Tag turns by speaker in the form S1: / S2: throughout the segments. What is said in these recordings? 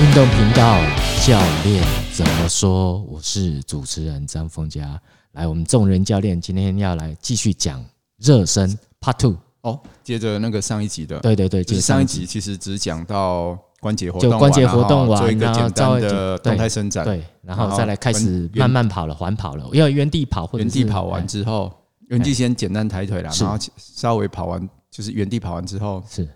S1: 运动频道教练怎么说？我是主持人张峰佳。来，我们众人教练今天要来继续讲热身 Part Two。
S2: 哦，接着那个上一集的，
S1: 对对对，
S2: 就
S1: 就是是
S2: 上
S1: 上
S2: 一
S1: 一
S2: 集
S1: 集。
S2: 其实只讲到关节活动
S1: 就
S2: 完啊，
S1: 关节活动完
S2: 做一个
S1: 然后
S2: 简
S1: 照
S2: 单
S1: 一
S2: 的
S1: 对
S2: 动态伸展，
S1: 对，然后
S2: 然后
S1: 再来开始
S2: 原
S1: 慢慢跑了，缓跑了，要原地跑或者
S2: 原
S1: 是哎
S2: 地跑完之后，原地先简单抬腿啦，
S1: 是
S2: 然后稍微跑完，就是原地跑完之后，
S1: 是，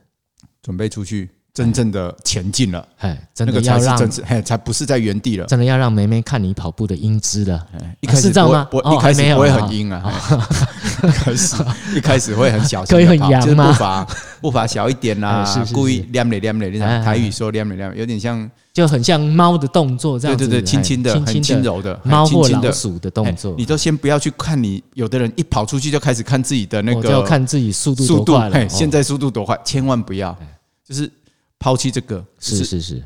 S2: 准备出去真正的前进了，
S1: 哎，真
S2: 那
S1: 的
S2: 个
S1: 要
S2: 才是
S1: 让
S2: 真正，嘿，才不是在原地了。
S1: 真的要让梅梅看你跑步的英姿了。
S2: 哎一开始
S1: 是这样
S2: 不
S1: 吗
S2: 会，不
S1: 哦
S2: 一开
S1: 还没
S2: 始
S1: 有
S2: 不会
S1: 啊
S2: 很硬啊， 嘿一开始一开始会很小心
S1: 可以
S2: 地
S1: 很
S2: 跑，
S1: 扬
S2: 就是
S1: 吗
S2: 步伐步伐小一点啦
S1: 哎是是，是
S2: 故意踮嘞踮嘞，你
S1: 哎哎
S2: 想台语说踮嘞踮嘞，有点像
S1: 就很像猫的动作这
S2: 对
S1: 样子，
S2: 对对，
S1: 哎
S2: 轻轻的，很
S1: 轻
S2: 轻
S1: 轻的
S2: 柔的，很
S1: 猫
S2: 轻
S1: 或
S2: 轻
S1: 老
S2: 的
S1: 鼠的动
S2: 哎
S1: 作
S2: 你，都先不要去看你，有的人一跑出去就开始看自己的那
S1: 哦我就要
S2: 个
S1: 看自己速度
S2: 速
S1: 多
S2: 度，
S1: 快了。
S2: 嘿
S1: 哦哎
S2: 现在速度多快，千万不要，就是抛弃这个，就是是
S1: 是是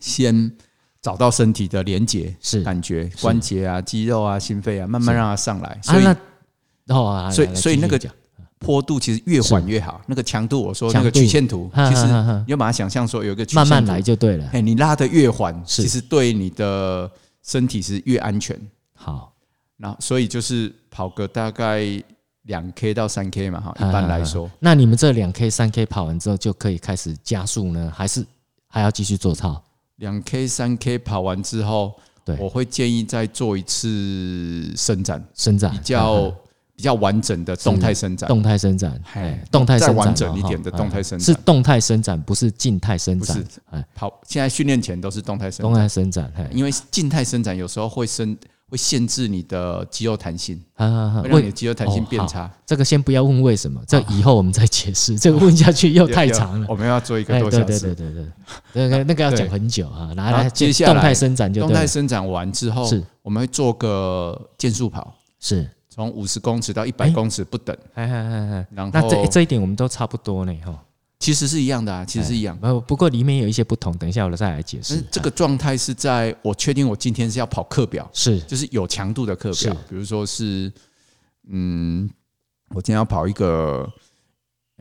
S2: 先找到身体的连接。
S1: 是
S2: 感觉关节啊、肌肉啊、心肺啊，慢慢让它上来。
S1: 啊，
S2: 所以
S1: 那哦，啊
S2: 所以
S1: 来
S2: 所以
S1: 继续
S2: 那个
S1: 讲
S2: 坡度其实越缓越好，那个强度我说那个
S1: 强度
S2: 曲线图，
S1: 哈
S2: 其实
S1: 哈哈哈
S2: 你要把它想象说有一个曲线
S1: 慢
S2: 图
S1: 慢来，就对了。
S2: 哎，你拉得越缓，
S1: 是
S2: 其实对你的身体是越安全。
S1: 好，
S2: 然后所以就是跑个大概两 K 到三 K 嘛哈，
S1: 啊
S2: 一般来说，
S1: 那你们这两 K、三 K 跑完之后就可以开始加速呢，还是还要继续做操？
S2: 两 K 三 K 跑完之后
S1: 对，啊
S2: 我会建议再做一次伸展，
S1: 伸展
S2: 比较
S1: 嗯
S2: 比较完整的动态伸展，
S1: 动态伸展，
S2: 嘿
S1: 哎动态伸展
S2: 再完整
S1: 哦
S2: 一点的
S1: 哈
S2: 动态
S1: 嗯
S2: 伸展
S1: 是动态伸展，不是静态伸
S2: 不是
S1: 展。哎，
S2: 跑。现在训练前都是动态伸
S1: 动
S2: 展，
S1: 态伸展，嘿，
S2: 因为静态伸展有时候会伸会限制你的肌肉弹性，
S1: 哈哈哈
S2: 会让
S1: 为
S2: 你啊的肌肉弹性
S1: 哦
S2: 变
S1: 好
S2: 差。
S1: 这个先不要问为什么，这以后我们再解释。这个问下去又
S2: 对
S1: 太
S2: 对
S1: 长了。
S2: 我们啊要做一个
S1: 哎，
S2: 多
S1: 对
S2: 小
S1: 对
S2: 时
S1: 对。对对，那个那个要讲
S2: 对
S1: 很久啊。来
S2: 然后
S1: 来，
S2: 接
S1: 就
S2: 下来
S1: 动态伸展就
S2: 动
S1: 对
S2: 态
S1: 了，
S2: 伸展完之后
S1: 是，
S2: 我们会做个健速跑。
S1: 是，
S2: 从五十公尺到一
S1: 哎
S2: 百公尺不等，
S1: 哎哎哎哎。
S2: 然
S1: 那这
S2: 后
S1: 这一点我们都差不多呢，哈。
S2: 其实是一样的啊，其实是一样。
S1: 不不过里面有一些不同，等一下我再来解
S2: 但
S1: 释
S2: 是。这个状态是在我确定我今天是要跑课表，
S1: 是
S2: 就是有强度的课
S1: 是
S2: 表，比如说是嗯，我今天要跑一个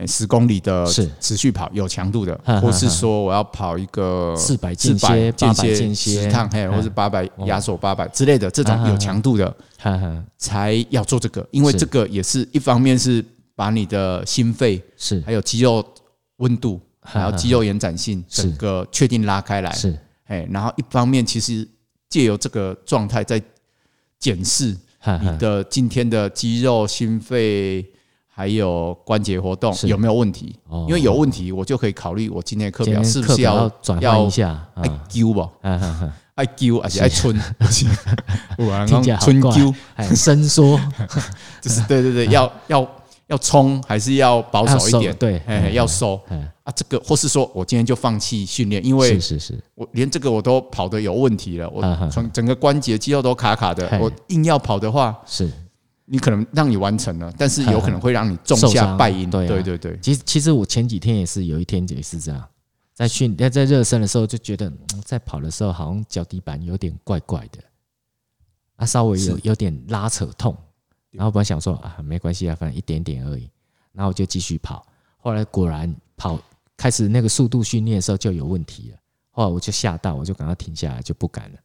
S2: 十公里的
S1: 是
S2: 持续跑，有强度的
S1: 哈哈，哈
S2: 或是说我要跑一个
S1: 四百
S2: 四
S1: 间
S2: 百
S1: 歇、八
S2: 间
S1: 百
S2: 歇
S1: 间
S2: 十
S1: 歇，
S2: 趟，嘿，
S1: 嗯
S2: 或是八百
S1: 哦
S2: 压手八百之类的，这
S1: 哈哈
S2: 种
S1: 哈
S2: 有强度的
S1: 哈哈，
S2: 才要做这个，因为
S1: 是
S2: 这个也是一方面是把你的心肺。
S1: 是
S2: 还有肌肉温度，还有肌
S1: 肉
S2: 肉延展性，
S1: 是
S2: 整个确定拉开来。
S1: 是
S2: 哎，然后一方面其实借由这个状态在检视
S1: 哈
S2: 你
S1: 哈
S2: 的今天的肌肉、心肺还有关节活动
S1: 是
S2: 有没有问题，
S1: 哦
S2: 因为有问题，我就可以考虑我今天的课
S1: 今
S2: 表
S1: 天
S2: 是不
S1: 课
S2: 是
S1: 表要转
S2: 要哎
S1: 换一下啊
S2: 爱？揪吧，
S1: 哈哈哈
S2: 爱揪还是 爱春？我
S1: 听起来好
S2: 春
S1: 怪
S2: 揪，
S1: 哎，伸缩
S2: 就是对对对，要要要冲还是要 保
S1: 要
S2: 守一
S1: 收
S2: 点？
S1: 对
S2: 哎，
S1: 嗯
S2: 要收。
S1: 哎
S2: 啊，这个或是说我今天就放弃训练，因为
S1: 是是是，
S2: 我连这个我都跑得有问题了，
S1: 啊哈
S2: 我从整个关节肌肉都卡卡的
S1: 嘿，
S2: 我硬要跑的话，
S1: 是。
S2: 你可能让你完成了，但是有可能会让你种
S1: 受
S2: 下
S1: 伤
S2: 败因。
S1: 对啊
S2: 对对对，
S1: 其实其实我前几天也是有一天也是这样，在训在在热身的时候就觉得，嗯在跑的时候好像脚底板有点怪怪的，啊，稍微有有点拉扯痛，然后本来想说啊没关系啊，反正一点点而已，然后我就继续跑，后来果然跑开始那个速度训练的时候就有问题了，后来我就吓到，我就赶快停下来，就不敢了。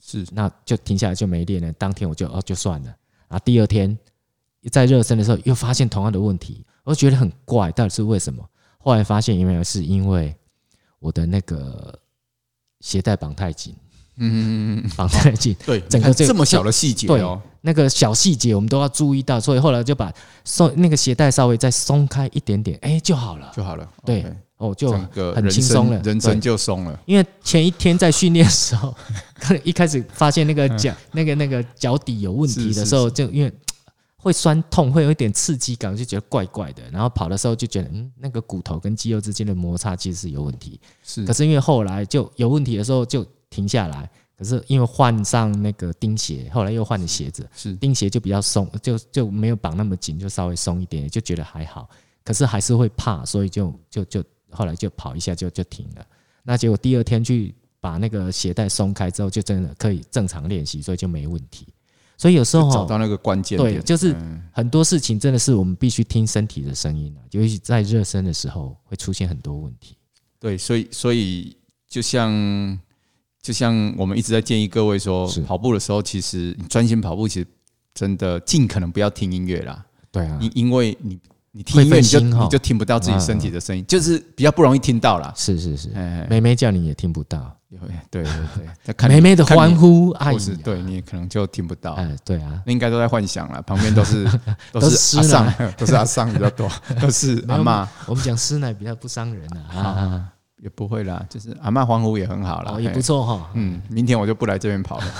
S2: 是
S1: 那就停下来就没练了。当天我就哦就算了，啊，第二天在热身的时候又发现同样的问题，我就觉得很怪，到底是为什么？后来发现原来是因为我的那个鞋带绑太紧，
S2: 嗯，
S1: 绑太紧，
S2: 对，
S1: 整个
S2: 你看
S1: 这个
S2: 这么小的细节
S1: 对
S2: 哦，
S1: 那个小细节我们都要注意到，所以后来就把松那个鞋带稍微再松开一点点，哎、就好了，
S2: 就好了。
S1: 对
S2: OK，
S1: 哦就
S2: 整个
S1: 很
S2: 人
S1: 轻
S2: 生
S1: 松了
S2: 人
S1: 对
S2: 生就松了。
S1: 因为前一天在训练的时候， 可能一开始发现那个 脚、那个那个脚底有问题的时候，就因为嘖会酸痛，会有一点刺激感，就觉得怪怪的。然后跑的时候就觉得，嗯，那个骨头跟肌肉之间的摩擦其实是有问题。
S2: 是
S1: 可是因为后来就有问题的时候就停下来，可是因为换上那个钉鞋，后来又换了鞋子，
S2: 是，
S1: 钉鞋就比较松，就就没有绑那么紧，就稍微松一点，就觉得还好。可是还是会怕，所以就就就后来就跑一下就就停了。那结果第二天去把那个鞋带松开之后，就真的可以正常练习，所以就没问题。所以有时候
S2: 就找
S1: 哦
S2: 到那个关键
S1: 对，
S2: 点，
S1: 就是
S2: 嗯
S1: 很多事情真的是我们必须听身体的声音啊，尤其在热身的时候会出现很多问题。
S2: 对，所以所以就像就像我们一直在建议各位说
S1: 是，
S2: 跑步的时候，其实你专心跑步，其实真的尽可能不要听音乐啦，
S1: 对啊，
S2: 因因为你你听音乐
S1: 会分
S2: 你就
S1: 心哦嗯
S2: 你就听不到自己身体的声音，就是比较不容易听到啦。
S1: 是是是，
S2: 哎，
S1: 妹妹叫你也听不到，
S2: 对对对，在 看
S1: 妹妹的
S2: 看你
S1: 欢呼，阿
S2: 或
S1: 姨
S2: 是
S1: 啊，
S2: 对你也可能就听不到。
S1: 哎，对啊，
S2: 那应该都在幻想了，旁边都 是都
S1: 都是
S2: 是
S1: 诗
S2: 阿
S1: 啦
S2: 尚，都是阿尚比较 多，都是
S1: 没
S2: 阿
S1: 有
S2: 嬷
S1: 我们讲师奶比较不伤人啊啊啊，啊
S2: 也不会啦，就是阿嬷欢呼也很好啦，
S1: 哦也不
S2: 嘿
S1: 错哈，
S2: 嗯，明天我就不来这边 跑了，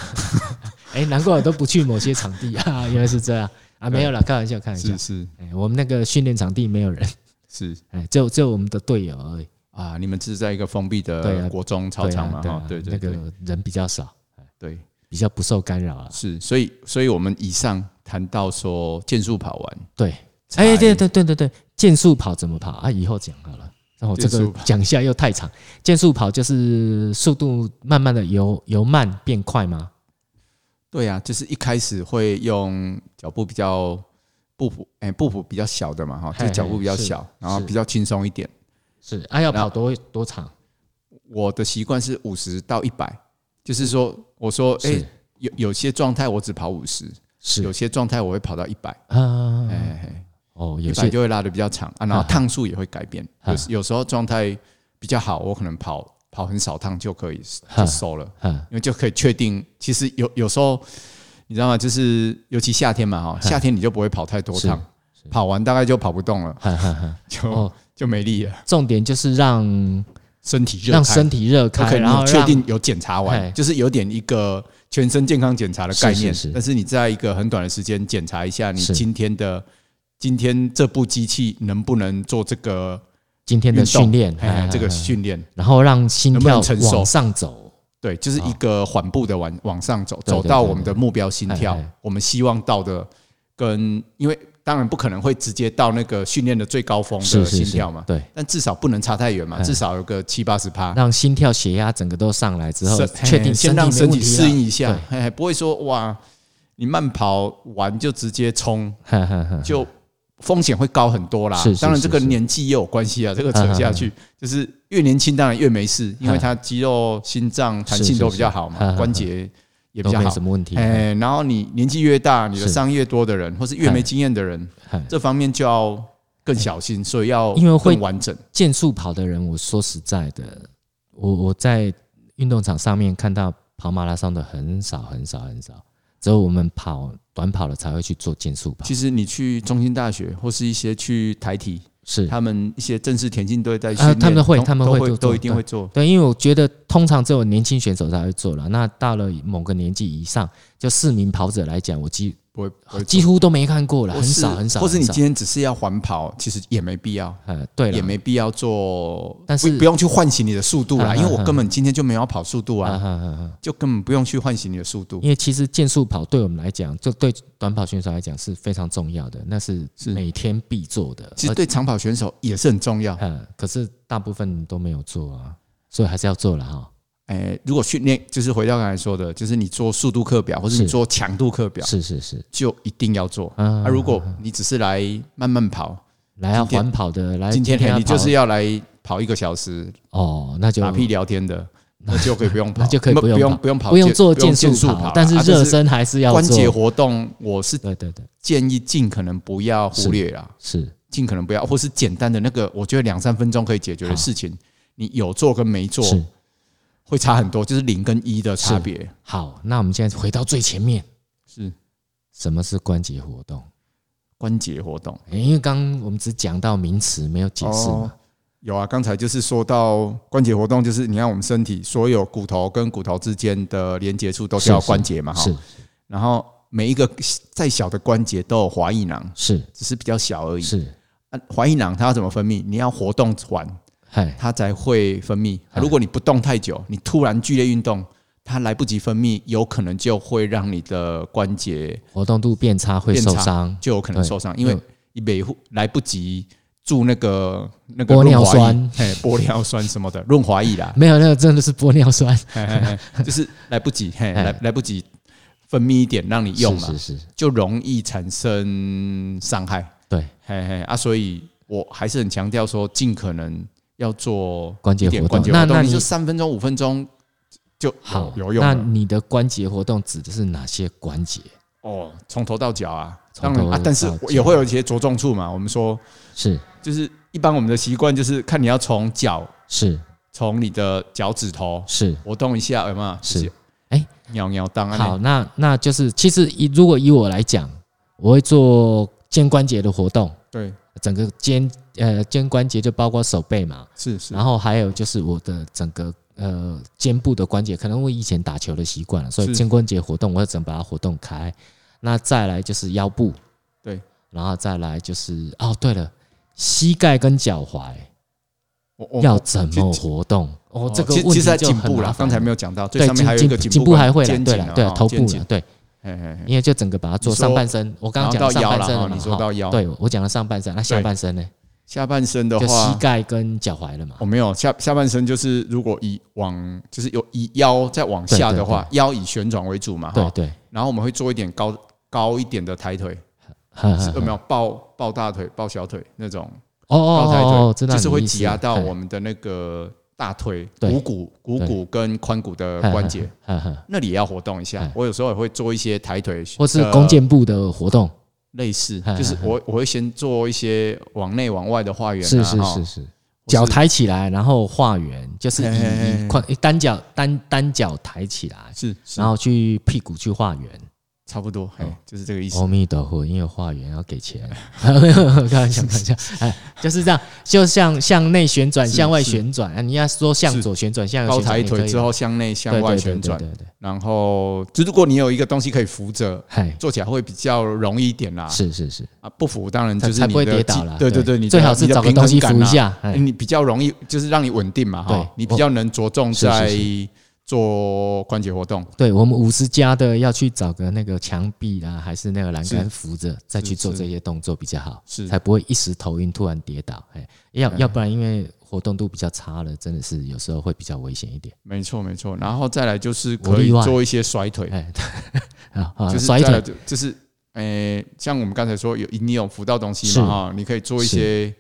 S1: 哎，难怪我都不去某些场 地啊，原来是这样啊，没有啦，开玩笑，开玩笑
S2: 是，是
S1: 哎，我们那个训练场地没有人，
S2: 是
S1: 哎，就就我们的队友而已，
S2: 啊，你们是在一个封闭
S1: 对啊
S2: 的国中操
S1: 对啊
S2: 场嘛？
S1: 对
S2: 哈
S1: 啊，
S2: 对
S1: 那
S2: 对对
S1: 个人比较少，
S2: 对，
S1: 比较不受干扰啊，
S2: 是，所以所以我们以上谈到说剑术跑完，
S1: 对，哎，对
S2: 才
S1: 对对对对，剑术跑怎么跑啊？以后讲好了。那我这
S2: 剑
S1: 个
S2: 术跑
S1: 讲一下又太长。剑术跑就是速度慢慢的由由慢变快吗？
S2: 对啊，就是一开始会用脚步比较步幅，哎，步幅比较小的嘛，哈，
S1: 嘿
S2: 就脚步比较
S1: 是
S2: 小，然后
S1: 是
S2: 比较轻松一点。
S1: 是啊，要
S2: 然
S1: 跑
S2: 后
S1: 多多长？
S2: 我的习惯是五十到一百，就是说，我说，哎、
S1: 嗯是
S2: 有有些状态我只跑五十，
S1: 是
S2: 有些状态我会跑到一百、
S1: 啊
S2: 哎，哎，
S1: 哦，
S2: 一
S1: 有
S2: 百
S1: 些
S2: 就会拉的比较长啊，然后趟数也会改变，
S1: 啊
S2: 有时有时候状态比较好，我可能跑跑很少趟就可以
S1: 啊
S2: 就收了，
S1: 嗯
S2: 因为就可以确定，其实有有时候你知道吗？就是尤其夏天嘛，哈，夏天你就不会跑太多趟，跑完大概就跑不动了，
S1: 哈哈哈。
S2: 就、
S1: 哦
S2: 就没力了，
S1: 重点就是让
S2: 身体热
S1: 让
S2: 开
S1: 身体热开，
S2: OK，
S1: 然后
S2: 你确
S1: 让
S2: 定有检查
S1: 嘿
S2: 完，就是有点一个全身健康检查的概念。
S1: 是是是
S2: 但是你在一个很短的时间检查一下，你
S1: 是
S2: 今天的今天这部机器能不能做这个
S1: 今天
S2: 运
S1: 的
S2: 动
S1: 训练，
S2: 嘿
S1: 哎
S2: 嘿这个，
S1: 哎哎
S2: 训练，
S1: 然后让心
S2: 能不
S1: 跳
S2: 能承受
S1: 往上走，
S2: 对，就是一个缓步的往往上走，
S1: 哦对对哎
S2: 走到我们的目标心
S1: 对
S2: 跳
S1: 对对，
S2: 我们希望到的跟因为。当然不可能会直接到那个训练的最高峰
S1: 是
S2: 的
S1: 是哎
S2: 心
S1: 是
S2: 跳嘛，，
S1: 对，
S2: 但至少不能差太远嘛，
S1: 嘿
S2: 至少有个七八十趴。
S1: 让心跳、血压整个都上来之后，
S2: 身
S1: 确定
S2: 嘿先让
S1: 没
S2: 身
S1: 问
S2: 体
S1: 题啊
S2: 适
S1: 了
S2: 应一下，嘿嘿不会说哇，你慢跑完就直接冲，
S1: 哈哈哈。
S2: 就风险会高很多啦。
S1: 是是
S2: 当然这个
S1: 是是嗯
S2: 年纪也有关系啊，这个扯下去就是越年轻当然越没事，因为他肌肉、心脏弹性都比较好
S1: 是是
S2: 嘛，
S1: 是
S2: 关节也比
S1: 都
S2: 较
S1: 没
S2: 好
S1: 什。么问题。
S2: 哎，然后你年纪越大，你的
S1: 是嗯
S2: 伤越多的人，或是越没经验的人，
S1: 哎
S2: 这方面就要更小心，所以要
S1: 嗯因为会
S2: 更完整。
S1: 健速跑的人，我说实在的，我我在运动场上面看到跑马拉松的很少很少很少，只有我们跑短跑的才会去做健速跑
S2: 其。实你去中心大学或是一些去台体，
S1: 是
S2: 他们一些正式田径队在训
S1: 啊
S2: 练、
S1: 他们会
S2: 都
S1: 他们
S2: 都
S1: 会
S2: 会
S1: 做
S2: 都
S1: 做
S2: 一定会做。
S1: 对，因为我觉得通常只有年轻选手才会做了。那到了某个年纪以上，就市民跑者来讲，我几
S2: 不会，不会
S1: 几乎都没看过了，
S2: 做
S1: 很少很少。
S2: 或哦是你
S1: 很少
S2: 今天只是要环跑，其实也没必要，
S1: 呃对
S2: 也
S1: 了，
S2: 没必要做，
S1: 但是
S2: 不不用去唤醒你的速度
S1: 啊啊
S2: 啦，因为我
S1: 啊
S2: 根本今天就没有要跑速度
S1: 啊
S2: 啊，
S1: 哈哈哈。
S2: 就根本不用去唤醒你的速度。
S1: 因为其实健速跑对我们来讲，就对短跑选手来讲是非常重要的，那是
S2: 是
S1: 每天必做的。
S2: 其
S1: 而
S2: 实对长跑选手也是很重要。
S1: 嗯，可是大部分都没有做啊，所以还是要做了哈。
S2: 哎，如果训练就是回到刚才说的，就是你做速度课表或是
S1: 是
S2: 你做强度课表，
S1: 是是是，
S2: 就一定要做。
S1: 嗯
S2: 啊，如果你只是来慢慢跑，
S1: 来啊，
S2: 今天
S1: 环跑的来，
S2: 今天
S1: 要
S2: 你就是
S1: 跑
S2: 要来跑一个小时，
S1: 哦，那就
S2: 打屁聊天的，那就可以不用 跑，
S1: 那就可以不
S2: 不
S1: 用
S2: 不用
S1: 跑
S2: 不用跑，
S1: 不用做
S2: 不用健
S1: 速
S2: 跑啦，
S1: 但是
S2: 啊
S1: 热身还是要
S2: 关节
S1: 做。
S2: 活动，我是
S1: 对对对，
S2: 建议尽可能不要忽略啦，
S1: 是
S2: 尽可能不要，或是简单的那个，我觉得两三分钟可以解决的事情，你有做跟没做
S1: 是
S2: 会差很多，就是零跟一的差
S1: 是
S2: 别。
S1: 好。那我们现在回到最前面，
S2: 是
S1: 什么是关节活动？
S2: 关节活动
S1: 诶因为刚刚我们只讲到名词，没有解释嘛。
S2: 有啊，刚才就是说到关节活动，就是你看我们身体所有骨头跟骨头之间的连接处都
S1: 是
S2: 叫
S1: 是
S2: 关节嘛，哈
S1: 是。
S2: 然后每一个再小的关节都有滑液囊，
S1: 是
S2: 只是比较小而已。
S1: 是，
S2: 啊，滑液囊它要怎么分泌？你要活动完，
S1: 嗨，
S2: 它才会分泌。
S1: 嗯
S2: 如果你不动太久，你突然剧烈运动，它来不及分泌，有可能就会让你的关节
S1: 活动度变差会
S2: 变
S1: 受
S2: 差
S1: 伤，
S2: 就有可能受伤，因为你每户来不及注那个那个
S1: 玻尿
S2: 润滑
S1: 酸
S2: 液，
S1: ，
S2: 嘿，玻尿酸什么的润滑液啦
S1: 没有那个真的是玻尿酸，
S2: 嘿嘿嘿 就是来不及，嘿，
S1: 嘿
S2: 来来不及分泌一点让你用嘛
S1: 哎是，是是，
S2: 就容易产生伤害。
S1: 对，
S2: 嘿嘿啊，所以我还是很强调说，尽可能要做
S1: 关节
S2: 一点
S1: 活动
S2: 关节
S1: 那
S2: 活动
S1: 那
S2: 你
S1: 你
S2: 就三分钟、五分钟，就
S1: 好，
S2: 有用
S1: 那
S2: 了。
S1: 你的关节活动指的是哪些关节？
S2: 哦，从头到脚啊，
S1: 从
S2: 当然
S1: 头
S2: 啊，但是
S1: 到脚
S2: 也会有一些着重处嘛。我们说，
S1: 是
S2: 就是一般我们的习惯就是看你要从脚，
S1: 是
S2: 从你的脚趾头
S1: 是
S2: 活动一下，有没有？
S1: 是
S2: 就，
S1: 哎
S2: 鸟鸟当啊，
S1: 好，那那就是其实以如果以我来讲，我会做肩关节的活动，
S2: 对，
S1: 整个肩呃肩关节就包括手背嘛，
S2: 是是
S1: 然后还有就是我的整个呃肩部的关节，可能我以前打球的习惯了，所以
S2: 是
S1: 肩关节活动我要整把它活动开。那再来就是腰部，
S2: 对，
S1: 然后再来就是哦，对了，膝盖跟脚踝
S2: 我我
S1: 要
S2: 我
S1: 怎
S2: 其
S1: 么
S2: 哦其
S1: 活动？哦，这个
S2: 其
S1: 问
S2: 实其
S1: 题
S2: 实在
S1: 就
S2: 颈
S1: 很
S2: 部
S1: 麻
S2: 啦，
S1: 烦
S2: 刚才没有讲到，最上面还有一
S1: 颈
S2: 个
S1: 颈
S2: 颈
S1: 部还会
S2: 关
S1: 了，
S2: 肩
S1: 对
S2: 颈
S1: 了
S2: 啊，
S1: 对
S2: 哦
S1: 头部
S2: 肩颈
S1: 了，对，
S2: 嘿嘿嘿
S1: 因为就整个把它做
S2: 你说
S1: 上半身，我刚刚
S2: 然
S1: 讲
S2: 后到
S1: 上
S2: 腰
S1: 半
S2: 了
S1: 身了
S2: 哈，
S1: 嘛，
S2: 你说
S1: 哈
S2: 到腰，
S1: 对我讲了上半身，那下
S2: 对
S1: 半身呢？
S2: 下半身的
S1: 就膝
S2: 话，
S1: 盖跟脚踝了嘛
S2: 我，哦没有下下半身就是如果以往就是有以腰再往下的话，腰以旋转为主嘛，
S1: 对
S2: 哈，
S1: 对，
S2: 然后我们会做一点高高一点的抬腿，
S1: 呵呵
S2: 是有没
S1: 呵
S2: 有抱抱大腿、抱小腿那种
S1: 嗯哦哦
S2: 抱抬腿，
S1: 哦哦，知道
S2: 就是
S1: 你
S2: 会
S1: 意思
S2: 挤压到
S1: 嘿
S2: 我们的那个大腿、
S1: 对
S2: 股骨、股骨跟髋骨的
S1: 呵呵
S2: 关节，呃
S1: 呵呵，
S2: 那里也要活动一下
S1: 嗯。
S2: 我有时候也会做一些抬腿
S1: 或是
S2: 的
S1: 弓箭步的活动，
S2: 类似
S1: 嗯，
S2: 就是我我会先做一些往内往外的画圆啊，
S1: 是是
S2: 哈
S1: 是是，脚抬起来，然后画圆，就是
S2: 嘿嘿
S1: 以
S2: 嘿
S1: 以
S2: 嘿
S1: 宽单脚单单脚抬起来，
S2: 是是
S1: 然后去屁股去画圆。
S2: 差不多，
S1: 哦
S2: 哎，就是这个意思
S1: 阿。弥陀佛，因为化缘要给 钱，开玩笑，开玩笑，哎，就是这样，就像向内旋转，
S2: 是
S1: 向外旋转，啊，你要说向左旋转，向右
S2: 高
S1: 旋转
S2: 抬
S1: 也可以
S2: 腿之后向内
S1: 对
S2: 向外
S1: 对对
S2: 旋转
S1: 对，对对，
S2: 然后就如果你有一个东西可以扶着，
S1: 嗨，
S2: 做起来会比较容易一点啦。
S1: 是是是，
S2: 啊，不扶当然就是
S1: 才
S2: 你
S1: 不会
S2: 的
S1: 跌
S2: 肌
S1: 倒啦。
S2: 对对对，你的
S1: 最好是
S2: 你的
S1: 找个
S2: 平
S1: 东
S2: 衡
S1: 西
S2: 感
S1: 扶一
S2: 啊，
S1: 下，哎
S2: 你比较容易就是让你稳定嘛
S1: 对
S2: 哈，你比较能着重
S1: 是是
S2: 在
S1: 是
S2: 做关节活动。
S1: 对我们五十加的要去找个那个墙壁啦，还是那个栏杆扶着，再去做
S2: 是
S1: 这些动作比较好，
S2: 是嗯
S1: 才不会一时头晕突然跌倒。哎，要要不然因为活动度比较差了，真的是有时候会比较危险一点。
S2: 没错没错，然后再来就是
S1: 无
S2: 可
S1: 例
S2: 以
S1: 外
S2: 做一些甩腿，
S1: 哎， 啊啊，
S2: 就是
S1: 甩
S2: 再来
S1: 腿
S2: 就就是诶，像我们刚才说有你有扶到东西嘛
S1: 是
S2: 哈，你可以做一些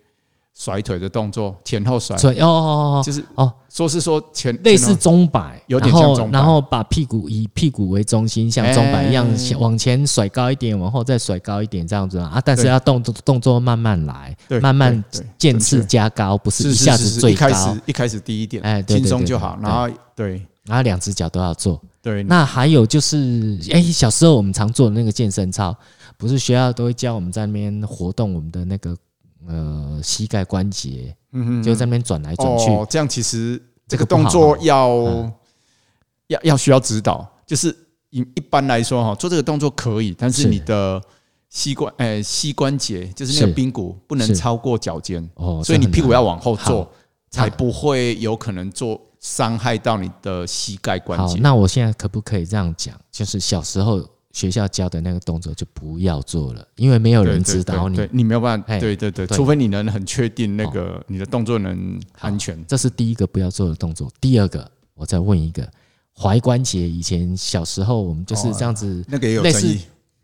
S2: 甩腿的动作，前后甩，
S1: 甩哦哦哦
S2: 就是
S1: 哦，
S2: 说是说哦前
S1: 类
S2: 前
S1: 似
S2: 后
S1: 钟摆，
S2: 有点
S1: 然后
S2: 像钟摆
S1: 然后把屁股以屁股为中心，像钟摆一样
S2: 哎
S1: 往前甩高一点，往后再甩高一点这样子啊。但是
S2: 对
S1: 要动作动作慢慢来，
S2: 对
S1: 慢慢
S2: 对对
S1: 渐
S2: 正
S1: 次
S2: 确
S1: 加高，不是
S2: 是
S1: 一
S2: 是
S1: 下
S2: 是
S1: 子
S2: 是
S1: 最
S2: 一开
S1: 高
S2: 始。一开始低一点，
S1: 哎对对
S2: 轻松
S1: 对
S2: 就
S1: 对
S2: 好。
S1: 对
S2: 然后对
S1: 然后两只脚都要做。
S2: 对，
S1: 那还有就是，哎，小时候我们常做的那个健身操，不是学校都会教我们在那边活动我们的那个呃膝盖关节，
S2: 嗯嗯
S1: 就在那边转来转去。
S2: 哦，这样其实
S1: 这
S2: 这
S1: 个
S2: 个
S1: 不好
S2: 动作要、
S1: 嗯
S2: 要要需要指导，就是一一般来说哈，做这个动作可以，但是
S1: 是
S2: 你的膝关呃膝关节就是那
S1: 是
S2: 个髌骨不能
S1: 是
S2: 超过脚尖，
S1: 哦，
S2: 所以你
S1: 这很
S2: 屁股
S1: 难
S2: 要往后
S1: 好
S2: 坐，才
S1: 好
S2: 不会有可能做伤害到你的膝盖关
S1: 好，
S2: 节。
S1: 那我现在可不可以这样讲？就是小时候学校教的那个动作就不要做了，因为没有
S2: 对
S1: 人
S2: 对
S1: 指导
S2: 对
S1: 你，
S2: 对你没有办
S1: 嘿
S2: 法，对对对，
S1: 对哦
S2: 除非你能很确定那个你的动作能安全。
S1: 这是第一个不要做的动作。第二个，我再问一个，踝关节，以前小时候我们就是这样子，
S2: 那个也有
S1: 类
S2: 争
S1: 似
S2: 议，哦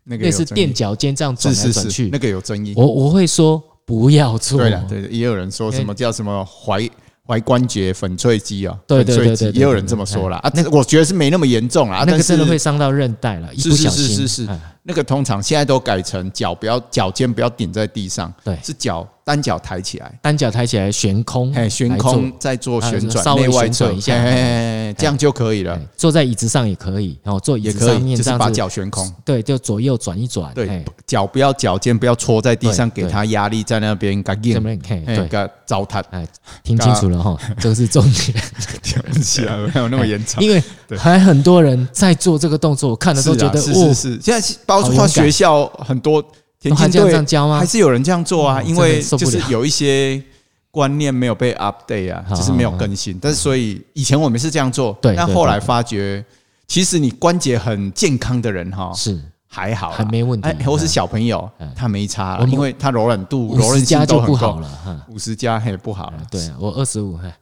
S2: 那个也
S1: 类
S2: 有
S1: 似
S2: 争议
S1: 垫脚尖这样转
S2: 是
S1: 来
S2: 是
S1: 转
S2: 是
S1: 去，，哦
S2: 那个有争议。
S1: 我我会说不要做。
S2: 对了，对，也有人说什么叫什么踝踝关节粉碎肌啊，
S1: 对对对
S2: 粉碎
S1: 对对
S2: 肌
S1: 对
S2: 也有人这么说啦。啊，这我觉得是没那么严重啦，啊
S1: 那
S2: 但
S1: 个
S2: 是
S1: 真的会伤到韧带了，一
S2: 是
S1: 不小
S2: 是
S1: 心
S2: 是是是
S1: 哎，
S2: 那个通常现在都改成脚不要脚尖不要顶在地上，
S1: 对
S2: 是脚单脚抬起来，
S1: 单脚抬起来悬空，
S2: 哎，悬
S1: 来做
S2: 空再做旋
S1: 啊
S2: 转，
S1: 稍微
S2: 内外
S1: 旋转
S2: 侧
S1: 一下
S2: 哎哎哎哎这样就可以了
S1: 哎，坐在椅子上也可以，然后坐椅
S2: 也
S1: 子
S2: 可
S1: 上
S2: 以，
S1: 面
S2: 就
S1: 这
S2: 是
S1: 样
S2: 把
S1: 子，
S2: 脚悬空，
S1: 对，就左右转一转，
S2: 对
S1: 哎，
S2: 脚不要脚尖不要戳在地上，
S1: 对
S2: 给它压力在那边，嘎
S1: 这
S2: 硬，
S1: 边看，
S2: 哎，
S1: 对，
S2: 嘎糟蹋，
S1: 哎，听清楚了哈，这个是重点，
S2: 对不起啊，没有那么严重。
S1: 因为
S2: 对
S1: 还很多人在做这个动作，我看了
S2: 是
S1: 都觉
S2: 啊，
S1: 得
S2: 是
S1: 哦
S2: 是，是，现在包
S1: 好勇
S2: 括
S1: 敢
S2: 学校很多田
S1: 还
S2: 径
S1: 这样
S2: 队
S1: 这样教吗
S2: 还？是有人这样做啊，
S1: 嗯
S2: 因
S1: 真
S2: 为
S1: 的受
S2: 就
S1: 不了
S2: 是有一些观念没有被 update 啊，
S1: 好
S2: 就是没有更新。但是所以以前我们是这样做，
S1: 对
S2: 但
S1: 对
S2: 后
S1: 对
S2: 来发觉，其实你关节很健康的人哈，
S1: 是
S2: 还好啦，
S1: 还没问题啊
S2: 哎，或是小朋友
S1: 嗯
S2: 他没差
S1: 我
S2: 啦，
S1: 们
S2: 因为他柔软度、
S1: 五
S2: 柔
S1: 十
S2: 韧性
S1: 加
S2: 都
S1: 就
S2: 很
S1: 不好
S2: 够。
S1: 了哈。
S2: 五十加嘿不好了，
S1: 对啊，我二十五，哎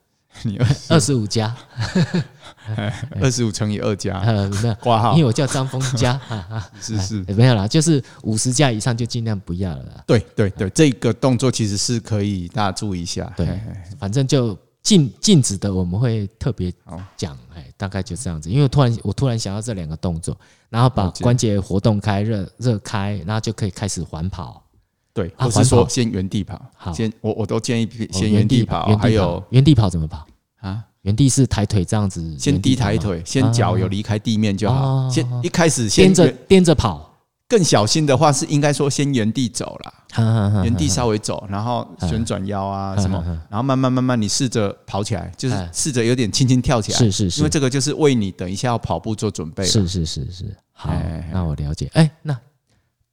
S2: 你
S1: 二十五加，
S2: 二十五乘以二加
S1: 呃，没有，
S2: 挂号
S1: 哎因为我叫张峰加，哈哈
S2: 是是，
S1: 哎没有啦，就是五十加以上就尽量不要了啦。
S2: 对对对，这个动作其实是可以大家注意一下。
S1: 对
S2: 嘿嘿
S1: 反正就禁禁止的我们会特别
S2: 好
S1: 讲，哎，大概就这样子。因为突然我突然想到这两个动作，然后把
S2: 了解
S1: 关节活动开、热热开，然后就可以开始缓跑，
S2: 对，
S1: 啊
S2: 或
S1: 环
S2: 是说
S1: 跑
S2: 先原地跑
S1: 好，
S2: 先我我都建议
S1: 哦
S2: 先原地跑，
S1: 原
S2: 还有
S1: 原地跑怎么跑？
S2: 啊，
S1: 原地是抬腿这样子，
S2: 先低抬
S1: 原地跑吗，啊
S2: 腿，先脚有离开地面就
S1: 哦
S2: 好。先一开始先
S1: 颠着
S2: 原
S1: 颠着跑，
S2: 更小心的话是应该说先原地走啦，
S1: 哈哈哈哈
S2: 原地稍微走，然后旋转腰啊什么
S1: 嗯嗯嗯嗯，
S2: 然后慢慢慢慢你试着跑起来，就是
S1: 嗯
S2: 试着有点轻轻跳起来，
S1: 是是
S2: 因
S1: 是
S2: 为这个就是为你等一下要跑步做准备。
S1: 是是是是，好
S2: 哎哎哎，
S1: 那我了解。哎，那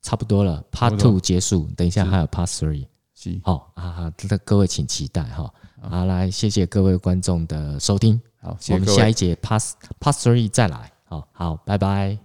S1: 差不多了
S2: 差
S1: ，Part
S2: 不多
S1: Two 结束，等一下还有 Part Three。
S2: 是，
S1: 好啊，好这各位请期待哈。好，来，谢谢各位观众的收听，
S2: 好，谢
S1: 我
S2: 谢
S1: 们
S2: 各
S1: 下
S2: 位
S1: 一，节 Pass Pass Three 再来。好好，拜拜。